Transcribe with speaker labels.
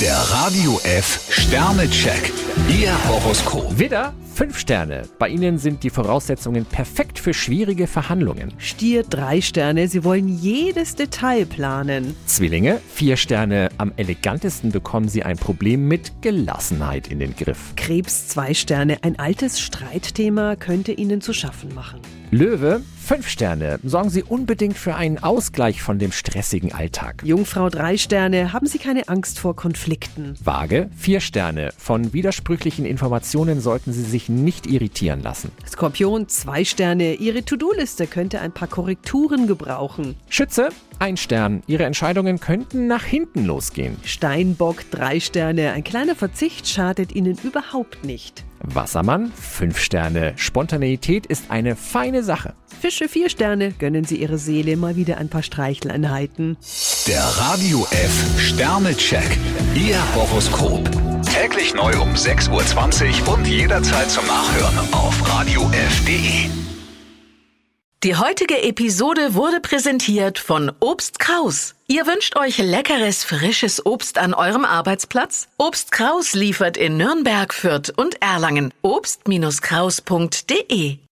Speaker 1: Der Radio F Sternecheck. Ihr Horoskop.
Speaker 2: Widder, 5 Sterne. Bei Ihnen sind die Voraussetzungen perfekt für schwierige Verhandlungen.
Speaker 3: Stier drei Sterne, Sie wollen jedes Detail planen.
Speaker 2: Zwillinge, 4 Sterne. Am elegantesten bekommen Sie ein Problem mit Gelassenheit in den Griff.
Speaker 3: Krebs zwei Sterne, ein altes Streitthema könnte Ihnen zu schaffen machen.
Speaker 2: Löwe, 5 Sterne. Sorgen Sie unbedingt für einen Ausgleich von dem stressigen Alltag.
Speaker 3: Jungfrau drei Sterne, haben Sie keine Angst vor Konflikten.
Speaker 2: Waage, 4 Sterne. Von widersprüchlichen Informationen sollten Sie sich nicht irritieren lassen.
Speaker 3: Skorpion zwei Sterne, Ihre To-Do-Liste könnte ein paar Korrekturen gebrauchen.
Speaker 2: Schütze, 1 Stern. Ihre Entscheidungen könnten nach hinten losgehen.
Speaker 3: Steinbock drei Sterne, ein kleiner Verzicht schadet Ihnen überhaupt nicht.
Speaker 2: Wassermann, 5 Sterne. Spontaneität ist eine feine Sache.
Speaker 3: Fische vier Sterne, gönnen Sie Ihrer Seele mal wieder ein paar Streicheleinheiten.
Speaker 1: Der Radio F Sternecheck. Ihr Horoskop. Täglich neu um 6.20 Uhr und jederzeit zum Nachhören auf Radio E. radiof.de.
Speaker 4: Die heutige Episode wurde präsentiert von Obst Kraus. Ihr wünscht euch leckeres, frisches Obst an eurem Arbeitsplatz? Obst Kraus liefert in Nürnberg, Fürth und Erlangen. Obst-Kraus.de